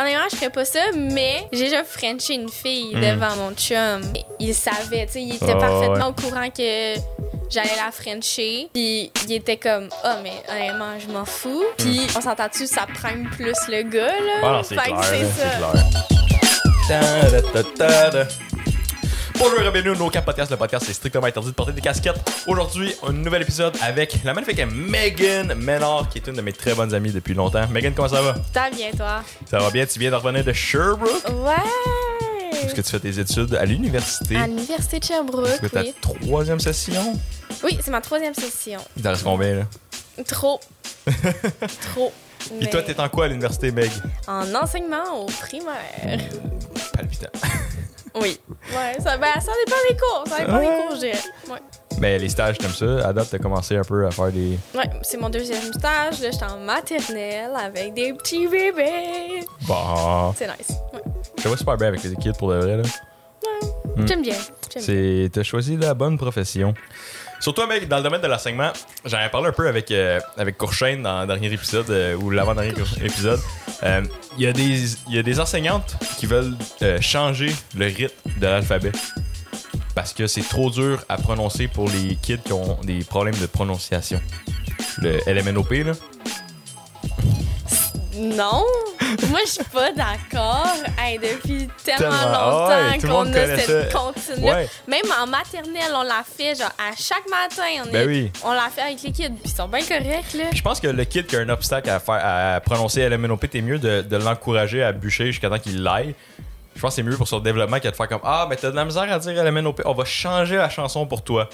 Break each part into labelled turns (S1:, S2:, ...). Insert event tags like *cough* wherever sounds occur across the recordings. S1: Honnêtement, je ferais pas ça, mais j'ai déjà frenché une fille
S2: Mm.
S1: devant mon chum. Et Il savait, tu sais, il était
S2: Ah,
S1: parfaitement au courant que j'allais la frencher. Puis il était comme, ah, mais honnêtement, je m'en fous. Puis on s'entend-tu, ça prime plus le gars, là?
S2: Hmm. Ah non, c'est
S1: Fait que
S2: clair.
S1: c'est
S2: là,
S1: ça.
S2: C'est clair. Ta, ta, ta, ta, ta. Bonjour et bienvenue au No Cap Podcast. Le podcast, c'est strictement interdit de porter des casquettes. Aujourd'hui, un nouvel épisode avec la magnifique Megan Ménard, qui est une de mes très bonnes amies depuis longtemps. Megan, comment ça va?
S1: T'as bien, toi?
S2: Ça va bien? Tu viens de revenir de Sherbrooke? Parce que
S1: Ouais!
S2: tu fais tes études à l'université.
S1: À l'université de Sherbrooke,
S2: C'est ta
S1: oui.
S2: troisième session?
S1: Oui, c'est ma troisième session.
S2: Il t'en reste combien, là? *laughs*
S1: Trop. Trop.
S2: Et toi, t'es en quoi à l'université, Meg?
S1: en enseignement au primaire.
S2: Palpitant.
S1: Oui. Ouais, ça, ben, ça dépend des cours. Ça dépend des
S2: Ouais.
S1: cours, je dirais. Ouais.
S2: Mais les stages comme ça, à date, t'as commencé un peu à faire des.
S1: Ouais, c'est mon deuxième stage. Là, j'étais en maternelle avec des petits bébés.
S2: Bah.
S1: C'est nice. Ouais.
S2: Je vois super bien avec les équipes pour de vrai, là.
S1: Ouais. J'aime bien. J'aime bien.
S2: Hmm. C'est. T'as choisi la bonne profession. Surtout, mec, dans le domaine de l'enseignement, j'en ai parlé un peu avec, euh, avec Courchaine dans le dernier épisode euh, ou l'avant-dernier cour- épisode. Euh, Il y, a des- il y a des enseignantes qui veulent euh, changer le rythme de l'alphabet parce que c'est trop dur à prononcer pour les kids qui ont des problèmes de prononciation. Le LMNOP, là.
S1: Non! Moi, je suis pas d'accord. Hey, depuis tellement,
S2: Tellement- Ah
S1: longtemps
S2: ouais, tout le
S1: qu'on
S2: monde
S1: a
S2: connaît
S1: cette
S2: ça.
S1: continue.
S2: Ouais.
S1: Même en maternelle, on l'a fait. Genre, à chaque matin, on,
S2: Ben
S1: est-
S2: oui.
S1: on l'a fait avec les kids. Ils sont bien corrects, là.
S2: Je pense que le kid qui a un obstacle à, faire, à prononcer LMNOP, t'es mieux de, de l'encourager à bûcher jusqu'à temps qu'il l'aille. Je pense que c'est mieux pour son développement qu'à de faire comme Ah, mais t'as de la misère à dire LMNOP, on va changer la chanson pour toi.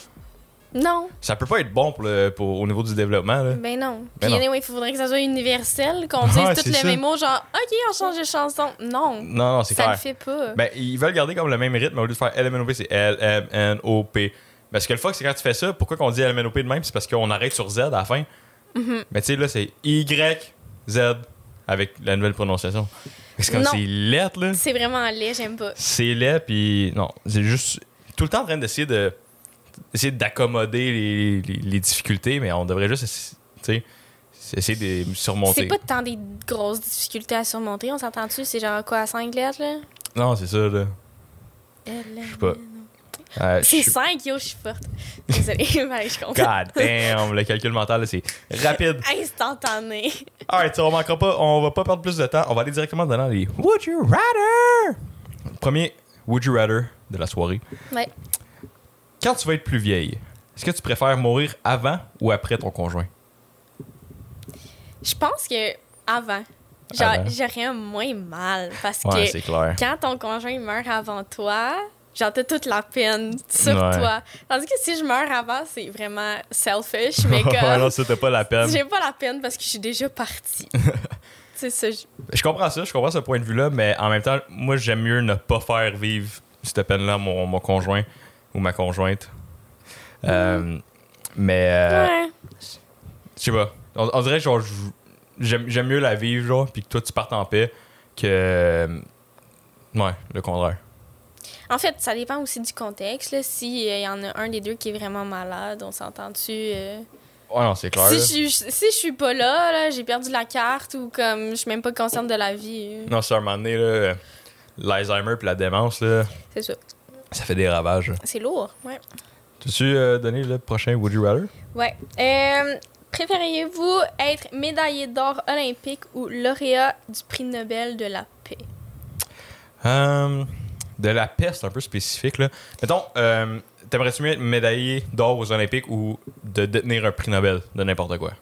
S1: Non.
S2: Ça peut pas être bon pour le- pour- au niveau du développement. Là.
S1: Ben non.
S2: Ben
S1: Puis
S2: non.
S1: anyway, il faudrait que ça soit universel, qu'on
S2: Ouais,
S1: dise
S2: c'est
S1: tous les
S2: ça.
S1: mêmes mots, genre, OK, on change de chanson. Non,
S2: Non, non, c'est
S1: ça ne
S2: clair.
S1: fait pas.
S2: Ben, ils veulent garder comme le même rythme, mais au lieu de faire LMNOP, c'est LMNOP. Parce que le fuck, c'est quand tu fais ça, pourquoi qu'on dit LMNOP de même C'est parce qu'on arrête sur Z à la fin.
S1: Mm-hmm.
S2: Mais tu sais, là, c'est Y, Z avec la nouvelle prononciation. C'est comme
S1: Non.
S2: c'est lettre, là.
S1: C'est vraiment laid, j'aime pas.
S2: c'est laid, puis non, c'est juste tout le temps en train d'essayer de d'essayer d'accommoder les, les- les difficultés, mais on devrait juste essa- tu sais, essayer de
S1: C'est
S2: surmonter.
S1: pas tant des grosses difficultés à surmonter, on s'entend-tu? C'est genre quoi, à 5 lettres, là?
S2: Non, c'est ça, là.
S1: Elle,
S2: Je sais pas. Euh, je
S1: C'est *laughs*
S2: suis-
S1: 5, yo, je suis forte. Désolée, *laughs* mais je comprends.
S2: God damn, le calcul mental, là, c'est rapide.
S1: Instantané.
S2: Alright, ça, on manquera pas, on va pas perdre plus de temps. On va aller directement dans les Would You Rather. Premier Would You Rather de la soirée.
S1: Ouais.
S2: Quand tu vas être plus vieille, est-ce que tu préfères mourir avant ou après ton conjoint?
S1: Je pense que avant, genre,
S2: Avant.
S1: j'aurais moins mal parce
S2: Ouais,
S1: que
S2: c'est clair.
S1: quand ton conjoint meurt avant toi, genre t'as toute la peine sur
S2: Ouais.
S1: toi. Tandis que si je meurs avant, c'est vraiment selfish, mais
S2: *laughs* Ouais, non,
S1: comme
S2: c'était pas la peine.
S1: j'ai pas la peine parce que je suis déjà
S2: *laughs*
S1: partie. c'est ça. je-
S2: Je comprends ça, je comprends ce point de vue-là, mais en même temps, moi, j'aime mieux ne pas faire vivre cette peine-là à mon, mon conjoint ou ma conjointe. Euh, mais, euh,
S1: Ouais.
S2: je sais pas. On, on dirait que genre, je- j'aime j'aime mieux la vivre, genre, puis que toi, tu partes en paix que. Ouais, le contraire.
S1: En fait, ça dépend aussi du contexte. Là. Si euh, y en a un des deux qui est vraiment malade, on s'entend-tu. euh,
S2: Ouais, non, c'est clair.
S1: si
S2: là.
S1: je suis- si je suis pas là, là, j'ai perdu la carte ou comme je suis même pas consciente de la vie. euh,
S2: Non, c'est à un moment donné, là, l'Alzheimer puis la démence, là,
S1: C'est ça.
S2: ça fait des ravages.
S1: C'est lourd. Ouais.
S2: Tu tu donner le prochain Would You Rather?
S1: Ouais. Euh, Préfériez-vous être médaillé d'or olympique ou lauréat du prix Nobel de la paix?
S2: Euh, de la peste, un peu spécifique. Là. Mettons, euh, t'aimerais-tu mieux être médaillé d'or aux Olympiques ou de détenir un prix Nobel de n'importe quoi?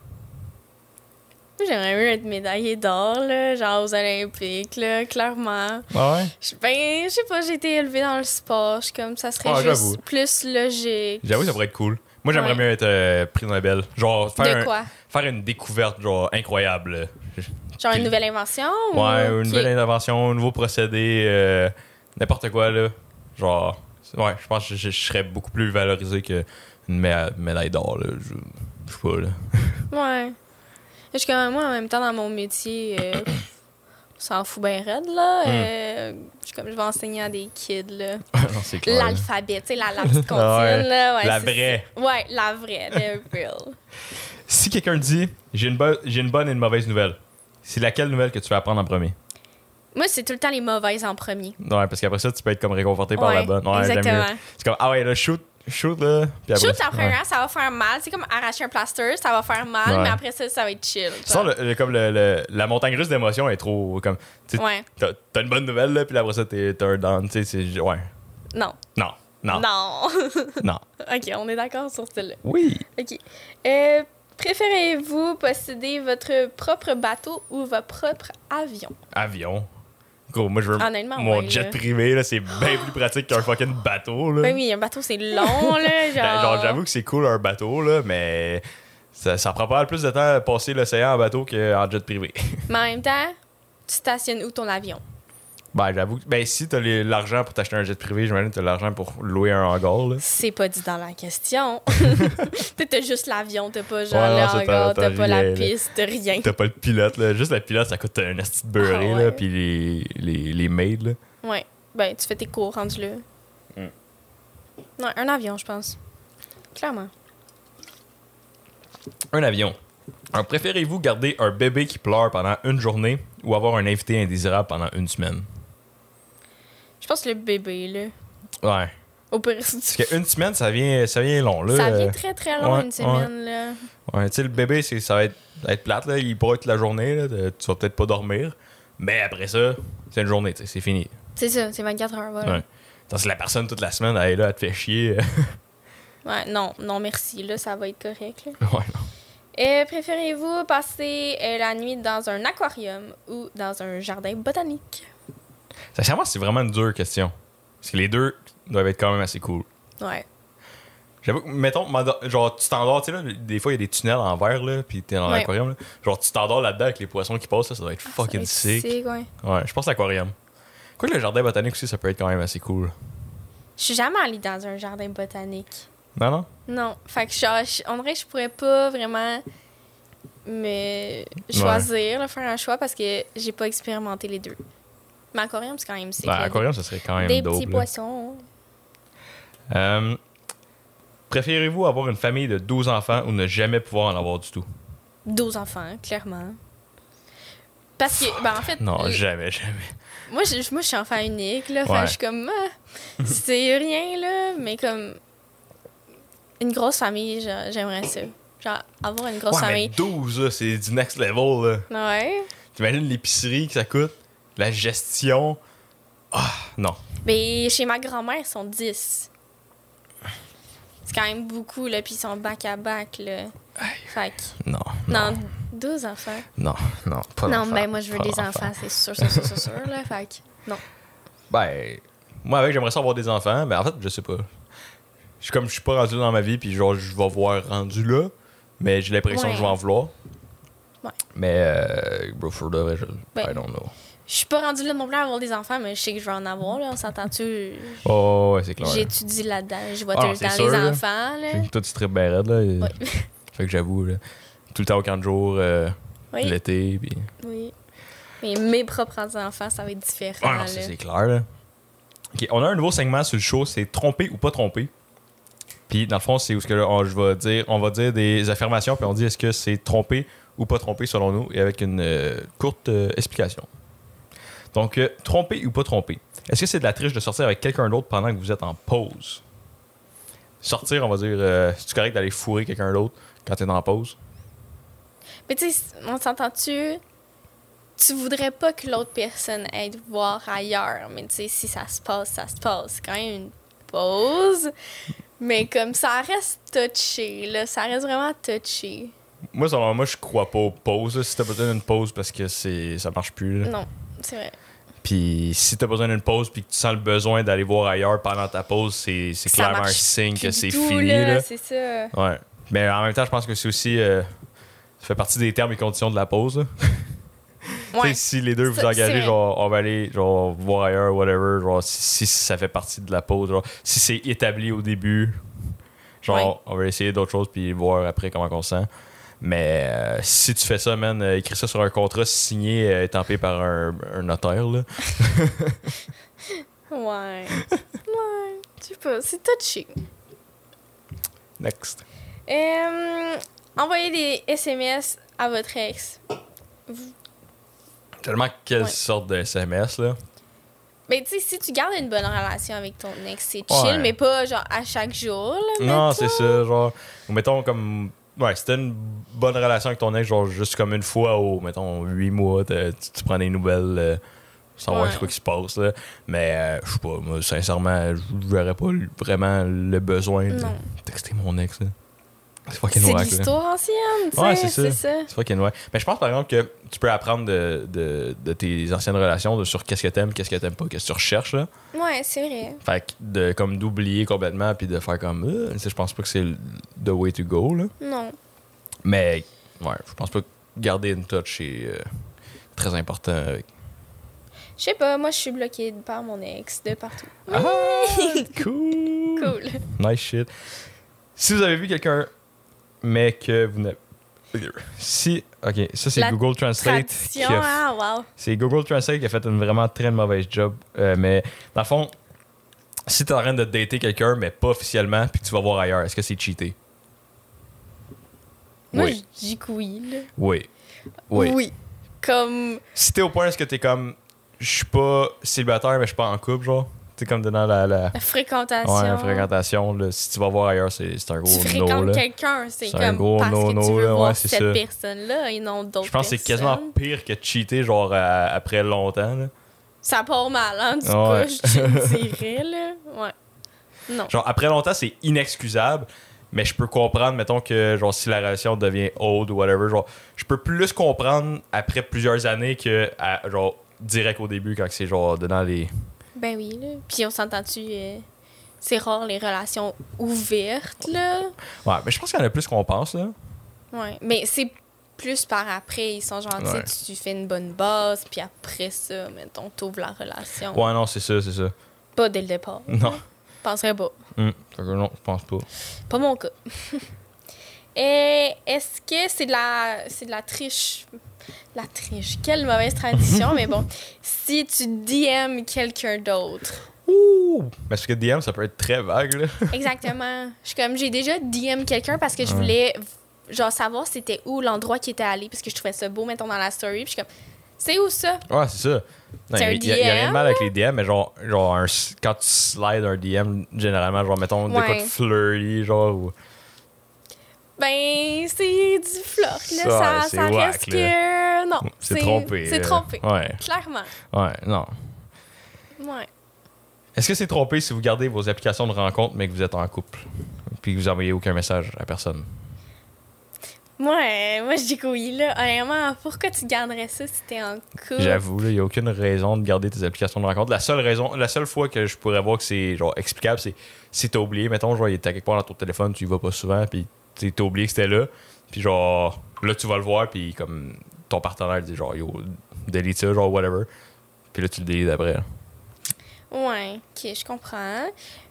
S1: Moi, J'aimerais mieux être médaillé d'or, là, genre aux Olympiques, là, clairement.
S2: Ah ouais?
S1: Je- Ben, je sais pas, j'ai été élevée dans le sport. Je suis comme, ça serait
S2: Ah, j'avoue.
S1: juste plus logique.
S2: J'avoue, ça pourrait être cool. Moi, j'aimerais
S1: Ouais.
S2: mieux être euh, prix Nobel. Genre, faire,
S1: De
S2: un-
S1: quoi?
S2: faire une découverte genre, incroyable.
S1: Genre
S2: Quel-
S1: une nouvelle invention? ou-
S2: Ouais, une
S1: Ok.
S2: nouvelle invention, un nouveau procédé, euh, n'importe quoi. là. Genre, ouais, je pense que je, je serais beaucoup plus valorisé qu'une mé- médaille d'or. là. Je je sais pas, là.
S1: Ouais. Je suis comme, moi, en même temps, dans mon métier,
S2: *coughs*
S1: euh, on s'en fout bien raide, là.
S2: Mm.
S1: Euh, je, suis comme, je vais enseigner à des kids, là.
S2: *laughs* non, c'est clair. là.
S1: L'alphabet, tu sais,
S2: *laughs*
S1: la, la petite contine,
S2: Ah ouais.
S1: là. Ouais,
S2: La
S1: c'est-
S2: vraie.
S1: Ouais, la vraie, the real.
S2: Si quelqu'un dit j'ai une, bo- j'ai une bonne et une mauvaise nouvelle, c'est laquelle nouvelle que tu vas apprendre en premier
S1: Moi, c'est tout le temps les mauvaises en premier.
S2: Ouais, parce qu'après ça, tu peux être comme réconforté par
S1: Ouais,
S2: la bonne. Ouais, j'aime
S1: exactement.
S2: mieux. C'est comme, ah ouais, là, shoot, shoot, là. Puis après,
S1: Shoot la
S2: ouais.
S1: première, ça va faire mal. C'est comme arracher un plaster, ça va faire mal,
S2: Ouais.
S1: mais après ça, ça va être chill.
S2: Tu sens
S1: genre.
S2: le- le- comme le- le- la montagne russe d'émotions est trop comme tu sais,
S1: Ouais.
S2: t'as t'as une bonne nouvelle là puis après ça t'es t'es un down tu sais c'est- ouais
S1: Non.
S2: non non non,
S1: Non. *laughs* ok, on est d'accord sur celle-là.
S2: oui
S1: Ok. Euh, Préférez-vous posséder votre propre bateau ou votre propre avion?
S2: Euh. avion gros moi je veux
S1: Honnêtement,
S2: mon
S1: ouais,
S2: jet
S1: là.
S2: privé là c'est bien plus pratique qu'un fucking bateau là
S1: Ben oui, un bateau, c'est long, là. Genre,
S2: *laughs* Ben, genre, j'avoue que c'est cool un bateau là mais ça, ça prend pas mal plus de temps à passer l'océan en bateau qu'en jet privé *laughs*
S1: Mais en même temps, tu stationnes où ton avion?
S2: ben j'avoue que- ben si t'as les- l'argent pour t'acheter un jet privé j'imagine que t'as l'argent pour louer un hangar là
S1: C'est pas dit dans la
S2: *laughs*
S1: question. T'as- t'as juste l'avion, t'as pas genre
S2: Ouais, non,
S1: le
S2: c'est
S1: hangar,
S2: ta-
S1: t'as
S2: ta
S1: pas la
S2: vie, là.
S1: piste, t'as rien.
S2: T'as pas le pilote, là. Juste le pilote, ça coûte un asti de
S1: Hein?
S2: beurré,
S1: Ah ouais.
S2: là. Puis les, les, les maids, là.
S1: Ouais. Ben, tu fais tes cours, rendu là.
S2: Mm.
S1: Non, un avion, je pense. Clairement.
S2: Un avion. Alors, préférez-vous garder un bébé qui pleure pendant une journée ou avoir un invité indésirable pendant une semaine?
S1: Je pense le bébé, là.
S2: Ouais.
S1: Au pire,
S2: Parce qu'une semaine, ça vient, ça vient long, là.
S1: ça vient
S2: Euh,
S1: très très long,
S2: ouais,
S1: une semaine, là.
S2: Ouais, tu sais, le bébé, c'est, ça va être, ça va être plate, là. Il pourra toute la journée, là. T'as- Tu vas peut-être pas dormir. Mais après ça, c'est une journée, tu sais, c'est fini.
S1: C'est ça, c'est 24 heures, voilà.
S2: Ouais. Parce que la personne toute la semaine, elle est là, elle te
S1: *laughs*
S2: fait chier.
S1: Ouais, non, non, merci, là, ça va être correct, là.
S2: ouais,
S1: Euh, Préférez-vous passer euh, la nuit dans un aquarium ou dans un jardin botanique?
S2: Sincèrement, c'est vraiment une dure question. Parce que les deux doivent être quand même assez cool.
S1: Ouais.
S2: J'avoue, que, mettons, m'endo- genre, tu t'endors, tu sais, là, des fois, il y a des tunnels en verre, là, puis t'es dans
S1: Ouais. Ah,
S2: l'aquarium, là. Genre, tu t'endors là-dedans avec les poissons qui passent, là, ça doit être fucking
S1: Ça va être
S2: sick.
S1: sick, ouais.
S2: Ouais, je pense l'aquarium. Quoi que le jardin botanique aussi, ça peut être quand même assez cool.
S1: Je suis jamais allée dans un jardin botanique.
S2: Non, non?
S1: Non. Fait que genre, je- on dirait que je pourrais pas vraiment me choisir, là, faire un choix parce que j'ai pas expérimenté les deux. Mais aquarium, c'est quand même sick.
S2: Ben,
S1: là.
S2: aquarium, ça serait quand même
S1: Des
S2: dope,
S1: petits
S2: là.
S1: poissons.
S2: Euh, Préférez-vous avoir une famille de 12 enfants ou ne jamais pouvoir en avoir du tout?
S1: 12 enfants, clairement. Parce que, ben, en fait,
S2: Non,
S1: l-
S2: jamais, jamais.
S1: moi, je, moi, je suis enfant unique, là. Fait
S2: Ouais.
S1: que je suis comme, ah, c'est rien, là, mais comme, une grosse famille, genre, j'aimerais ça. Genre, avoir une grosse
S2: Ouais, mais
S1: famille.
S2: 12, là, c'est du next level, là.
S1: Ouais.
S2: T'imagines l'épicerie que ça coûte, la gestion. Ah, non.
S1: Mais chez ma grand-mère, ils sont 10. C'est quand même beaucoup, là, puis ils sont bac à bac, là. Fait que,
S2: Non.
S1: non, 12 enfants.
S2: Non, non, pas
S1: non,
S2: d'enfant,
S1: ben moi, je veux
S2: pas
S1: des
S2: d'enfant.
S1: enfants, c'est sûr, c'est sûr, c'est sûr, là. Fait que, non.
S2: Ben, moi, avec, j'aimerais ça avoir des enfants, mais en fait, je sais pas. Je suis comme, je suis pas rendu dans ma vie, puis genre, je vais voir rendu là, mais j'ai l'impression
S1: Ouais.
S2: que je vais en vouloir.
S1: Ouais.
S2: Mais, euh, bro, for the vrai, je,
S1: Ben.
S2: I don't know.
S1: Je suis pas rendue là non plus à avoir des enfants, mais je sais que je vais en avoir, là. On s'entend-tu?
S2: Oh, ouais, c'est clair.
S1: J'étudie là-dedans, je vois
S2: Ah,
S1: tout le
S2: c'est
S1: temps
S2: sûr,
S1: les
S2: là.
S1: enfants, là.
S2: J'ai- Toi, tu tripes bien raide, là. et-
S1: Ouais.
S2: *laughs* Fait que j'avoue, là, tout le temps au camp de jour, euh,
S1: Oui,
S2: l'été, puis.
S1: oui. Mais mes propres enfants, ça va être différent,
S2: Ah, non,
S1: là.
S2: ça, c'est clair, là. OK, on a un nouveau segment sur le show, c'est tromper ou pas tromper. Puis, dans le fond, c'est où ce que là, on, je vais dire, on va dire des affirmations, puis on dit est-ce que c'est trompé ou pas trompé selon nous, et avec une euh, courte euh, explication. Donc, euh, tromper ou pas tromper. Est-ce que c'est de la triche de sortir avec quelqu'un d'autre pendant que vous êtes en pause? Sortir, on va dire, euh, c'est correct d'aller fourrer quelqu'un d'autre quand t'es en pause?
S1: Mais tu sais, on s'entend-tu? Tu voudrais pas que l'autre personne aille te voir ailleurs, mais tu sais, si ça se passe, ça se passe. C'est quand même une pause. Mais comme ça reste touché, là, ça reste vraiment touché.
S2: Moi, selon moi, je crois pas aux pauses. là. Si t'as besoin d'une pause parce que c'est ça marche plus, là.
S1: Non, c'est vrai.
S2: Puis si t'as besoin d'une pause puis que tu sens le besoin d'aller voir ailleurs pendant ta pause, c'est, c'est
S1: Ça
S2: clairement un
S1: marche
S2: signe que
S1: Puis
S2: c'est
S1: tout,
S2: fini. Là.
S1: C'est
S2: *laughs*
S1: ça.
S2: Ouais. Mais en même temps, je pense que c'est aussi. euh, ça fait partie des termes et conditions de la pause. là. *laughs* Tu
S1: Ouais.
S2: sais, si les deux vous
S1: Ça, c'est
S2: engagez,
S1: vrai.
S2: genre, on va aller genre, voir ailleurs, whatever, genre, si, si ça fait partie de la pause, genre, si c'est établi au début, genre,
S1: Ouais.
S2: on va essayer d'autres choses puis voir après comment on se sent. Mais euh, si tu fais ça, man, euh, écris ça sur un contrat signé, euh, étampé par un, un notaire, là.
S1: Ouais. ouais. Je sais pas, c'est touché.
S2: Next.
S1: Euh, envoyez des SMS à votre ex. Vous-
S2: Tellement quelle
S1: Ouais.
S2: sorte de SMS, là.
S1: Mais tu sais, si tu gardes une bonne relation avec ton ex, c'est chill,
S2: Ouais.
S1: mais pas genre à chaque jour. Là,
S2: Non,
S1: mettons.
S2: c'est ça, genre. ou mettons comme. Ouais, si t'as une bonne relation avec ton ex, genre juste comme une fois au, mettons, 8 mois, t'as- tu, tu prends des nouvelles euh, sans voir
S1: Ouais.
S2: ce quoi qui se passe, là. Mais euh, je sais pas, moi, sincèrement, je verrais pas l- vraiment le besoin de
S1: Non.
S2: texter mon ex, là. C'est
S1: C'est
S2: fucking
S1: de
S2: whack, là.
S1: l'histoire ancienne, tu sais.
S2: Ouais, c'est ça.
S1: c'est ça.
S2: C'est fucking whack. Mais je pense par exemple que tu peux apprendre de, de- de tes anciennes relations de- sur qu'est-ce que t'aimes, qu'est-ce que t'aimes pas, qu'est-ce que tu recherches, là.
S1: Ouais, c'est vrai.
S2: Fait que de, comme d'oublier complètement puis de faire comme euh, tu sais, je pense pas que c'est le- the way to go là.
S1: Non.
S2: Mais ouais, je pense pas que garder une touch est euh, très important avec.
S1: Je sais pas, moi je suis bloquée de par mon ex, de partout. *laughs*
S2: Ah, cool.
S1: Cool.
S2: Nice shit. Si vous avez vu quelqu'un mais que vous n'avez si OK, ça c'est
S1: La
S2: Google Translate qui
S1: Tradition,
S2: a
S1: ah, wow.
S2: C'est Google Translate qui a fait une vraiment très mauvaise job. Euh, mais dans le fond, si t'es en train de dater quelqu'un, mais pas officiellement, puis que tu vas voir ailleurs, est-ce que c'est cheaté?
S1: Moi
S2: Oui.
S1: je dis que oui, là.
S2: Oui. Oui.
S1: Comme.
S2: Si t'es au point, est-ce que t'es comme, je suis pas célibataire, mais je suis pas en couple, genre? T'es comme dans la, la,
S1: La fréquentation.
S2: ouais, la fréquentation. là. si tu vas voir ailleurs, c'est c'est un
S1: Tu
S2: gros no.
S1: fréquentes
S2: là.
S1: quelqu'un, c'est
S2: C'est un
S1: comme
S2: gros
S1: parce que
S2: no-no,
S1: tu veux
S2: là,
S1: voir
S2: ouais, c'est
S1: cette
S2: ça.
S1: personne-là et non d'autres
S2: Je pense que c'est quasiment
S1: personnes.
S2: pire que cheater, genre, à- après longtemps. là.
S1: Ça part mal, hein, du
S2: Ouais.
S1: coup, je
S2: *laughs*
S1: te dirais, là. Ouais. Non.
S2: Genre, après longtemps, c'est inexcusable, mais je peux comprendre, mettons que, genre, si la relation devient old ou whatever, genre, je peux plus comprendre après plusieurs années que, à- genre, direct au début, quand c'est, genre, dedans les.
S1: Ben oui, là. Puis on s'entend-tu... euh, c'est rare, les relations ouvertes, là.
S2: Ouais, mais je pense qu'il y en a plus qu'on pense, là.
S1: Ouais. Mais c'est plus par après. Ils sont gentils,
S2: Ouais.
S1: tu fais une bonne base, puis après ça, mettons, t'ouvres la relation.
S2: Ouais, non, c'est ça, c'est ça.
S1: Pas dès le départ.
S2: Non.
S1: Je penserais pas.
S2: Hum. Fait que non, je pense pas.
S1: Pas mon cas. *laughs* Et est-ce que c'est de la c'est de la triche la triche quelle mauvaise tradition
S2: *laughs*
S1: mais bon si tu DM quelqu'un d'autre
S2: Ouh! Mais parce que DM, ça peut être très vague, là.
S1: exactement je suis comme j'ai déjà DM quelqu'un parce que je voulais genre savoir c'était où l'endroit qui était allé parce que je trouvais ça beau mettons dans la story puis je suis comme c'est où ça
S2: Ouais, c'est ça. Non,
S1: C'est un
S2: Il y, a- il y a rien
S1: DM,
S2: de mal avec les DM, mais genre, genre un s- quand tu slides un DM, généralement, genre, mettons, des
S1: Ouais.
S2: quoi de flirty, genre, ou.
S1: ben c'est du floc là
S2: Ça,
S1: ça ça,
S2: c'est whack,
S1: reste que non
S2: C'est trompé.
S1: c'est
S2: là.
S1: trompé
S2: Ouais,
S1: clairement
S2: ouais, non.
S1: ouais
S2: Est-ce que c'est trompé si vous gardez vos applications de rencontre mais que vous êtes en couple puis que vous envoyez aucun message à personne?
S1: Moi, euh, moi, je dis que oui, là. Honnêtement, pourquoi tu garderais ça si t'es en couple?
S2: J'avoue, il n'y a aucune raison de garder tes applications de rencontre. La seule raison, la seule fois que je pourrais voir que c'est genre explicable, c'est si t'as oublié, mettons, genre, il était quelque part dans ton téléphone, tu y vas pas souvent, puis t'es- t'as oublié que c'était là, puis genre, là, tu vas le voir, puis comme ton partenaire dit genre, yo, delete ça, genre, whatever, puis là, tu le délites après. là.
S1: Ouais, ok, je comprends.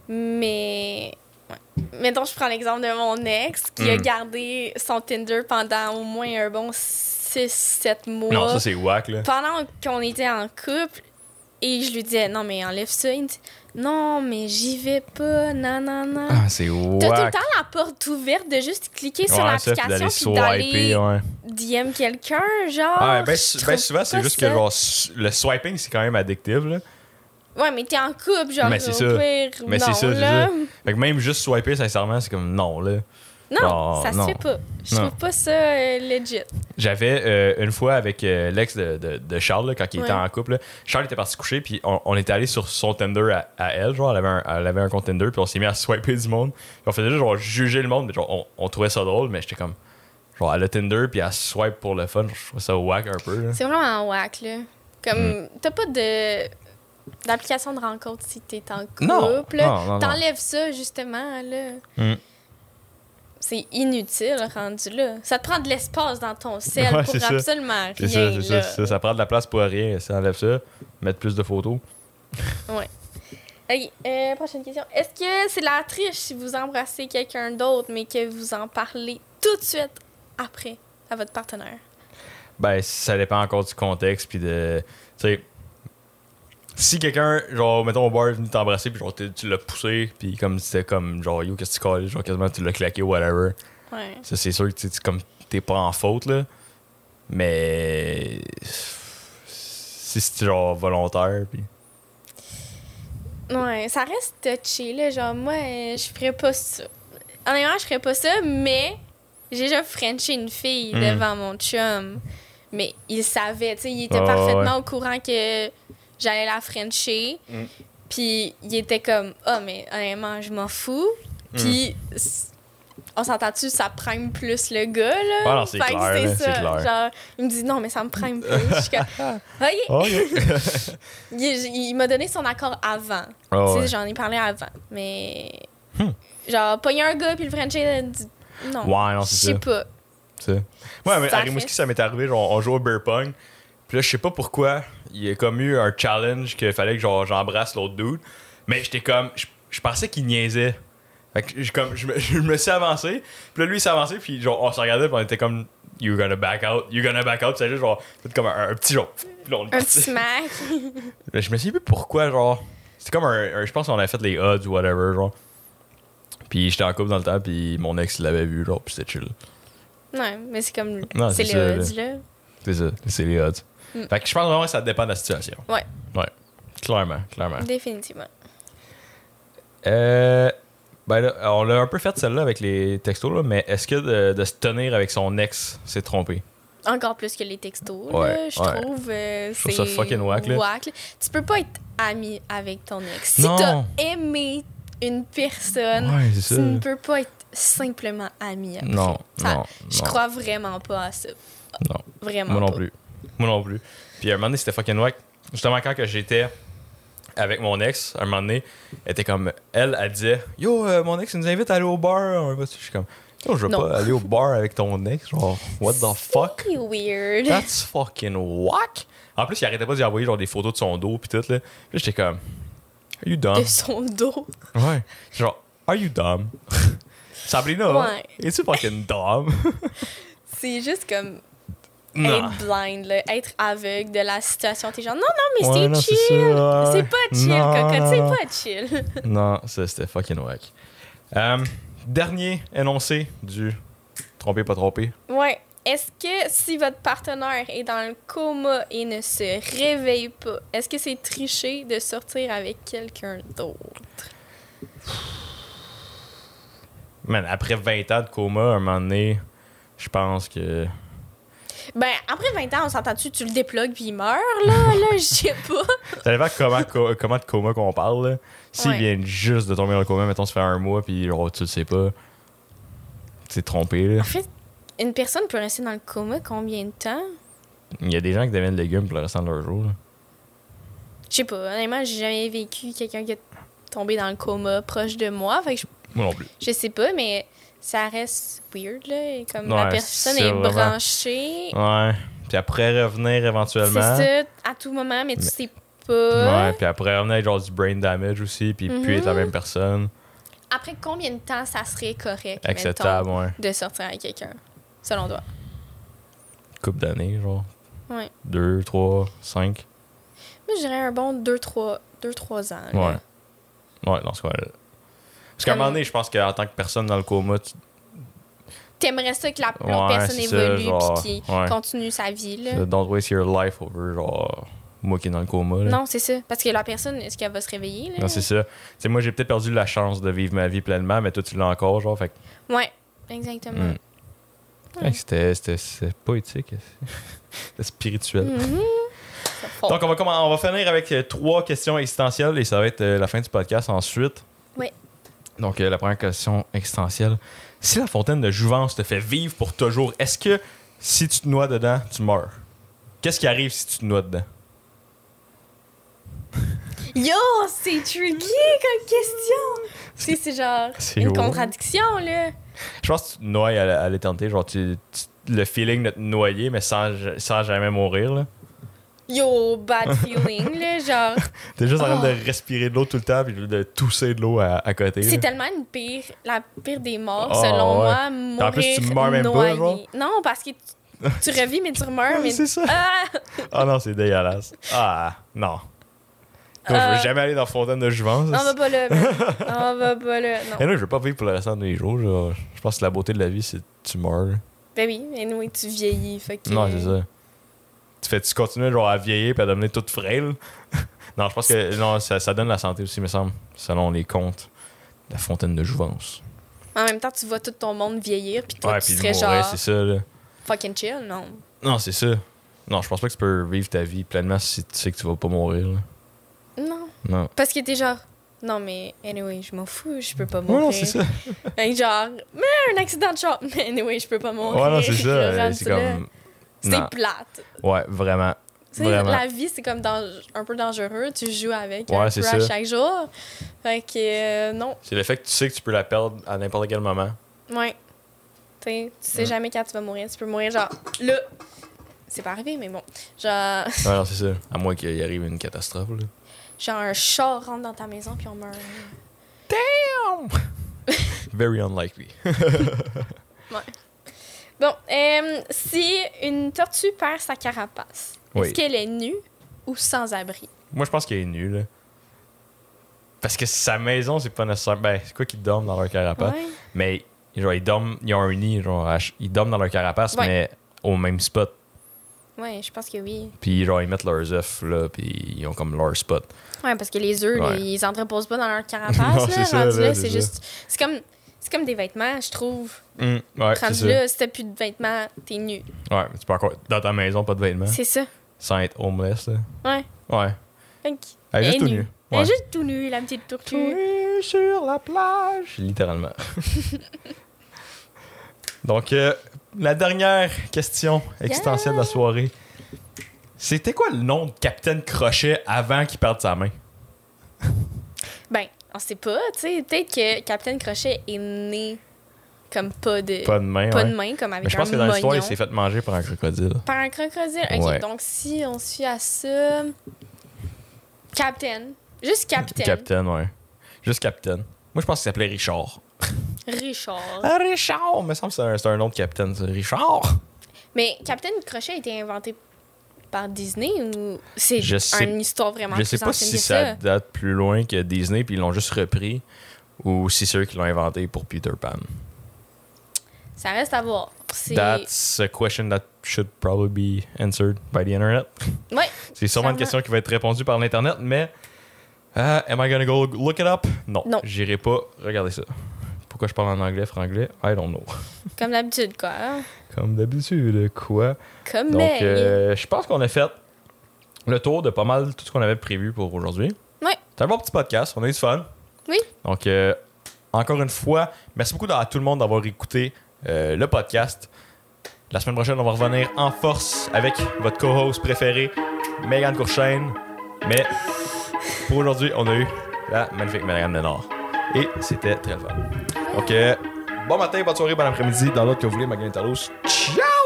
S1: Mais. Ouais. Mettons, je prends l'exemple de mon ex qui a
S2: Mm.
S1: gardé son Tinder pendant au moins un bon 6-7 mois.
S2: Non, ça, c'est whack, là.
S1: pendant qu'on était en couple et je lui disais non, mais enlève ça. Il me dit non, mais j'y vais pas, non, non, non.
S2: Ah, c'est
S1: T'as tout le
S2: whack.
S1: temps la porte ouverte de juste cliquer sur
S2: Ouais, ça, puis
S1: l'application puis d'aller
S2: ouais.
S1: DM quelqu'un, genre.
S2: Ah, ben,
S1: je
S2: ben,
S1: trouve
S2: souvent, c'est
S1: pas
S2: juste
S1: ça.
S2: que genre, s- le swiping, c'est quand même addictif. Là.
S1: Ouais, mais t'es en couple, genre.
S2: Mais c'est
S1: au
S2: ça.
S1: pire,
S2: Mais c'est
S1: non,
S2: ça, c'est
S1: là.
S2: ça. Fait que même juste swiper, sincèrement, c'est comme non. là.
S1: Non,
S2: Oh,
S1: ça
S2: non.
S1: se fait pas. Je
S2: Non.
S1: trouve pas ça euh, legit.
S2: J'avais euh, une fois avec euh, l'ex de, de- de Charles, là, quand il était
S1: Ouais.
S2: en couple, là, Charles était parti coucher, puis on, on était allé sur son Tinder à, à elle. Genre, elle avait un, elle avait un compte Tinder, puis on s'est mis à swiper du monde. Puis on faisait juste genre juger le monde, mais genre, on, on trouvait ça drôle, mais j'étais comme. Genre, elle a Tinder, puis elle swipe pour le fun. Je trouvais ça whack un peu. là.
S1: C'est vraiment whack, là.
S2: Hmm.
S1: Comme, t'as pas de. d'application de rencontre si t'es en couple.
S2: Non,
S1: là.
S2: non, non, non.
S1: T'enlèves ça, justement, là.
S2: Mm.
S1: C'est inutile, rendu là. Ça te prend de l'espace dans
S2: *laughs*
S1: ton sel
S2: Ouais,
S1: pour
S2: c'est ça.
S1: absolument rien.
S2: C'est ça, c'est ça,
S1: là.
S2: c'est ça. Ça prend de la place pour rien. Ça enlève ça, mettre plus de photos.
S1: Ok, euh, prochaine question. Est-ce que c'est de la triche si vous embrassez quelqu'un d'autre, mais que vous en parlez tout de suite après à votre partenaire?
S2: Ben, ça dépend encore du contexte, puis de. Tu sais. Si quelqu'un, genre, mettons au bar, est venu t'embrasser, puis genre, t'es- tu l'as poussé, puis comme c'était comme, genre, yo, qu'est-ce que tu colles, genre, quasiment tu l'as claqué, whatever.
S1: Ouais.
S2: Ça, c'est sûr que tu sais, tu- comme, t'es pas en faute, là. Mais. si c'est genre volontaire. Puis...
S1: Ouais, ça reste touché, là. Genre, moi, euh, je ferais pas ça. Honnêtement, je ferais pas ça, mais j'ai déjà frenché une fille
S2: Mhm.
S1: devant mon chum. Mais il savait, tu sais, il était
S2: Ouais, Ah, ouais,
S1: parfaitement au courant que j'allais la frencher.
S2: Mhm.
S1: Puis il était comme, ah, mais honnêtement, je m'en fous.
S2: Hmm.
S1: Puis s- on s'entend-tu, ça prime plus le gars, là?
S2: Ouais, non, c'est
S1: Fait que
S2: clair, là, c'est
S1: ça.
S2: clair.
S1: Genre, il me dit, non, mais ça me prime plus. Je suis comme, OK.
S2: *laughs* Ah,
S1: Il, il m'a donné son accord avant.
S2: Ah
S1: Tu sais,
S2: ouais.
S1: J'en ai parlé avant, mais.
S2: Hmm.
S1: Genre, pogner un gars puis le Frenchie euh, dit non.
S2: Ouais, non,
S1: je
S2: c'est
S1: sais
S2: ça.
S1: pas.
S2: Tu sais. Ouais, mais
S1: Ça
S2: à Rimouski,
S1: fait-
S2: ça m'est arrivé, genre, on jouait au beer pong. Puis là, je sais pas pourquoi, il y a comme eu un challenge qu'il fallait que genre, j'embrasse l'autre dude. Mais j'étais comme, je, je pensais qu'il niaisait. Fait que je, comme, je, me, *laughs* je me suis avancé. Puis là, lui, il s'est avancé. Puis genre, on se regardait. Puis on était comme, you're gonna back out, you're gonna back out. Puis c'est juste genre, fait comme un, un petit genre. Puis là, on est
S1: Un
S2: parti.
S1: petit smack. *laughs*
S2: Là, je me souviens plus pourquoi, genre. C'était comme un, un- Je pense qu'on avait fait les odds ou whatever, genre. Puis j'étais en couple dans le temps. Puis mon ex l'avait vu, genre. Puis c'était chill.
S1: ouais, mais c'est comme.
S2: Non,
S1: c'est
S2: c'est
S1: le
S2: ça,
S1: odds, là.
S2: C'est ça, c'est les odds.
S1: Mm.
S2: Fait que je pense vraiment que ça dépend de la situation.
S1: Ouais.
S2: Ouais. Clairement, clairement.
S1: Définitivement.
S2: Euh, ben là, on l'a un peu fait celle-là avec les textos, là, mais est-ce que de, de se tenir avec son ex, c'est trompé?
S1: Encore plus que les textos, là.
S2: Ouais,
S1: Je
S2: ouais.
S1: trouve. euh,
S2: Je trouve
S1: c'est
S2: ça fucking whack, là.
S1: whack, Tu peux pas être ami avec ton ex.
S2: Non.
S1: Si t'as aimé une personne,
S2: Ouais, c'est
S1: tu
S2: ça.
S1: ne peux pas être simplement ami avec
S2: Non,
S1: Ça-
S2: non,
S1: Je
S2: non.
S1: crois vraiment pas à ça.
S2: Non.
S1: Vraiment
S2: Moi non
S1: pas.
S2: plus. Moi non plus. Puis à un moment donné, c'était fucking whack. Justement, quand que j'étais avec mon ex, à un moment donné, elle était comme. Elle, elle disait Yo, euh, mon ex, il nous invite à aller au bar. On va- Je suis comme. Yo, je veux
S1: Non.
S2: pas aller au bar avec ton ex. Genre, what the fuck? Hein?
S1: C'est weird.
S2: That's fucking whack. En plus, il arrêtait pas d'y envoyer genre des photos de son dos puis tout là. Puis j'étais comme Are you
S1: *laughs*
S2: dumb?
S1: De son dos.
S2: Ouais. Genre Are you dumb? *laughs* Sabrina, hein?
S1: Ouais.
S2: es-tu fucking dumb?
S1: C'est juste comme
S2: non.
S1: être blind, là, être aveugle de la situation. T'es genre, non, non,
S2: Ouais,
S1: mais
S2: non,
S1: c'est
S2: c'est
S1: chill.
S2: ça, ouais.
S1: C'est pas chill,
S2: Non,
S1: cocotte,
S2: non,
S1: c'est
S2: non.
S1: pas chill. *laughs*
S2: Non, ça c'était fucking whack. Euh, dernier énoncé du trompé pas trompé.
S1: Ouais. Est-ce que si votre partenaire est dans le coma et ne se réveille pas, est-ce que c'est tricher de sortir avec quelqu'un d'autre?
S2: Man, après 20 ans de coma, à un moment donné, je pense que.
S1: Ben, après 20 ans, on s'entend-tu, tu le déplugues puis il meurt,
S2: *laughs*
S1: là? Là, je sais pas.
S2: Ça dépend comment, co- *laughs* comment de coma qu'on parle. là. S'il
S1: Ouais.
S2: vient juste de tomber dans le coma, mettons, ça fait un mois, puis genre, tu le sais pas. Tu t'es trompé, là.
S1: En fait, une personne peut rester dans le coma combien de temps?
S2: Il y a des gens qui deviennent légumes pour le restant de leur jour. là.
S1: Je sais pas, honnêtement, j'ai jamais vécu quelqu'un qui est tombé dans le coma proche de moi. Fait que je,
S2: Moi non plus.
S1: je sais pas, mais ça reste weird, là. Et Comme la
S2: Ouais,
S1: personne
S2: c'est
S1: est
S2: vraiment-
S1: branchée.
S2: Ouais. Puis après revenir
S1: C'est
S2: éventuellement.
S1: ça, à tout moment, mais tu
S2: Mais-
S1: sais pas.
S2: Ouais, puis après revenir avec genre du brain damage aussi, puis
S1: Mhm.
S2: puis être la même personne.
S1: Après combien de temps ça serait correct,
S2: Acceptable, ouais.
S1: mettons, de sortir avec quelqu'un, selon toi?
S2: Coupe d'années, genre.
S1: Ouais.
S2: 2, 3, 5.
S1: Moi, je dirais un bon 2-3 ans. là.
S2: Ouais. Ouais, dans ce cas-là. Parce qu'à un
S1: Comme-
S2: moment donné, je pense qu'en tant que personne dans le coma, tu-
S1: T'aimerais ça que la l'autre
S2: Ouais,
S1: personne
S2: c'est ça,
S1: évolue
S2: genre,
S1: puis qu'il
S2: ouais.
S1: continue sa vie, là.
S2: tu- don't waste your life over, genre, moi qui est dans le coma. là.
S1: Non, c'est ça. Parce que la personne, est-ce qu'elle va se réveiller? Là?
S2: Non, c'est ça. Tu sais, moi, j'ai peut-être perdu la chance de vivre ma vie pleinement, mais toi, tu l'as encore, genre, fait que.
S1: Ouais, exactement.
S2: Mm. Fait que c'était- C'était c'était poétique. *laughs* C'était spirituel.
S1: Mhm. C'est fort.
S2: Oh. Donc, on va, commen- on va finir avec euh, trois questions existentielles et ça va être euh, la fin du podcast ensuite.
S1: Oui.
S2: Donc, euh, la première question existentielle. Si la fontaine de Jouvence te fait vivre pour toujours, est-ce que si tu te noies dedans, tu meurs? Qu'est-ce qui arrive si tu te noies dedans?
S1: Yo, c'est tricky comme question! Tu sais, c'est genre
S2: C'est
S1: une
S2: haut.
S1: contradiction, là.
S2: Je pense que tu te noies à, la- à l'éternité. Genre, tu, tu- le feeling de te noyer, mais sans, ja- sans jamais mourir. là.
S1: Yo,
S2: *laughs*
S1: bad feeling, là. Genre,
S2: T'es juste en train
S1: Oh.
S2: de respirer de l'eau tout le temps puis de tousser de l'eau à, à côté. là.
S1: c'est tellement une pire, la pire des morts,
S2: Ah,
S1: selon
S2: ouais.
S1: moi.
S2: en plus, tu
S1: mourir
S2: meurs même pas,
S1: noyé.
S2: genre?
S1: Non, parce que tu, tu revis, mais
S2: *laughs*
S1: tu
S2: Ouais,
S1: meurs. mais...
S2: c'est ça.
S1: Ah!
S2: Ah non, c'est dégueulasse. Ah, non. Moi, Je
S1: Euh.
S2: veux jamais aller dans Fontaine de Jouvence.
S1: On va pas là, man. On va pas là. Non.
S2: Et là, je veux pas vivre pour le restant de mes jours. genre. Je pense que la beauté de la vie, c'est que tu meurs.
S1: Ben oui, anyway, tu vieillis. Fait que...
S2: Non, c'est ça. tu fais-tu continuer genre, à vieillir et à devenir toute frêle? *laughs* non, je pense que non, ça, ça donne la santé aussi, me semble, selon les comptes. La fontaine de jouvence.
S1: En même temps, tu vois tout ton monde vieillir, puis toi,
S2: Ouais,
S1: tu
S2: puis
S1: serais
S2: mourir,
S1: genre
S2: c'est ça. Là.
S1: fucking chill, non?
S2: Non, c'est ça. Non, je pense pas que tu peux vivre ta vie pleinement si tu sais que tu vas pas mourir. là.
S1: Non.
S2: Non.
S1: Parce que t'es genre, non, mais anyway, je m'en fous, je peux pas
S2: Ouais,
S1: mourir.
S2: non, c'est ça.
S1: Fait que genre, mais un accident de char, *laughs* mais anyway, je peux pas mourir.
S2: Ouais, non, c'est
S1: Je *laughs*
S2: ça. euh,
S1: rentre
S2: C'est
S1: là.
S2: comme. Non.
S1: C'est plate.
S2: Ouais, vraiment.
S1: Tu sais,
S2: Vraiment.
S1: la vie, c'est comme dans- un peu dangereux. Tu joues avec
S2: Ouais,
S1: un
S2: c'est
S1: peu à
S2: ça.
S1: chaque jour. Fait que euh, non,
S2: C'est le fait que tu sais que tu peux la perdre à n'importe quel moment.
S1: ouais. Tu sais, tu sais
S2: Mm.
S1: jamais quand tu vas mourir. Tu peux mourir genre là. C'est pas arrivé, mais bon. Genre, *laughs*
S2: Ouais, non, c'est ça. À moins qu'il arrive une catastrophe. Là.
S1: genre un chat rentre dans ta maison puis on meurt.
S2: *laughs* Very unlikely. *laughs*
S1: Bon, euh, si une tortue perd sa carapace,
S2: Oui.
S1: est-ce qu'elle est nue ou sans abri?
S2: Moi, je pense qu'il est nul. Là. Parce que sa maison, c'est pas nécessaire. Ben, c'est quoi qu'ils dorment dans leur carapace?
S1: Ouais.
S2: Mais, genre, ils dorment, ils ont un nid, genre, à ch- ils dorment dans leur carapace,
S1: Ouais.
S2: mais au même spot.
S1: Ouais, je pense que oui.
S2: Puis, genre, ils mettent leurs œufs, là, puis ils ont comme leur spot.
S1: Ouais, parce que les œufs,
S2: Ouais.
S1: les- ils entreposent pas dans
S2: *laughs*
S1: leur
S2: Non,
S1: carapace. là,
S2: c'est ça,
S1: rendu
S2: là,
S1: là,
S2: c'est
S1: c'est
S2: ça.
S1: juste. C'est comme, c'est comme des vêtements, je trouve.
S2: Hum, Ouais, c'est
S1: Mm. rendu
S2: ça.
S1: là, si t'as plus de vêtements, t'es nu.
S2: Ouais, mais tu peux encore. Dans ta maison, pas de vêtements.
S1: C'est ça.
S2: Sans être homeless, là.
S1: Ouais.
S2: Ouais.
S1: Fait que-
S2: Elle est
S1: elle
S2: juste tout
S1: nue.
S2: nu.
S1: Elle est
S2: Ouais.
S1: juste tout nu, la petite tortue.
S2: Tout nu sur la plage. Littéralement. *laughs* Donc, euh, la dernière question existentielle de la soirée. C'était quoi le nom de Capitaine Crochet avant qu'il perde sa main?
S1: Ben, on sait pas, tu sais. Peut-être que Captain Crochet est né comme pas de,
S2: Pas de main,
S1: Euh, pas
S2: ouais.
S1: de main, comme avec
S2: Mais je
S1: un
S2: pense que dans l'histoire,
S1: moignon.
S2: il s'est fait manger par un crocodile.
S1: Par un crocodile. Ok,
S2: Ouais.
S1: donc si on suit à ça. Captain. Juste Captain.
S2: Capitaine, ouais. Juste Capitaine. Moi, je pense qu'il s'appelait Richard.
S1: Richard.
S2: Ah, Richard! Il me semble que c'est un, c'est un nom de Capitaine, ça. Richard!
S1: Mais Captain Crochet a été inventé par Disney ou c'est
S2: Je sais-
S1: une histoire vraiment
S2: Je sais
S1: plus
S2: pas
S1: ancienne
S2: si
S1: que
S2: ça, date plus loin que Disney, puis ils l'ont juste repris, ou si c'est eux qui l'ont inventé pour Peter Pan.
S1: Ça reste à voir. C'est
S2: That's a question that should probably be answered by the internet.
S1: ouais,
S2: C'est sûrement une
S1: Clairement.
S2: question qui va être répondue par l'internet, mais euh, am I gonna go look it up? Non,
S1: Non.
S2: j'irai pas regarder ça. Pourquoi je parle en anglais, franglais? I don't know.
S1: comme d'habitude quoi. hein.
S2: Comme d'habitude, quoi.
S1: Comme
S2: Donc,
S1: mais
S2: euh, je pense qu'on a fait le tour de pas mal tout ce qu'on avait prévu pour aujourd'hui.
S1: ouais,
S2: C'est un bon petit podcast, on a eu du fun.
S1: oui,
S2: Donc, euh, encore une fois, merci beaucoup à tout le monde d'avoir écouté euh, le podcast. La semaine prochaine, on va revenir en force avec votre co-host préféré, Megan Courchaine. Mais pour aujourd'hui, on a eu la magnifique Megan Lénard. Et c'était très le fun. Donc, euh, bon matin, bonne soirée, bon après-midi. Dans l'autre que vous voulez, Megan Talos. Ciao!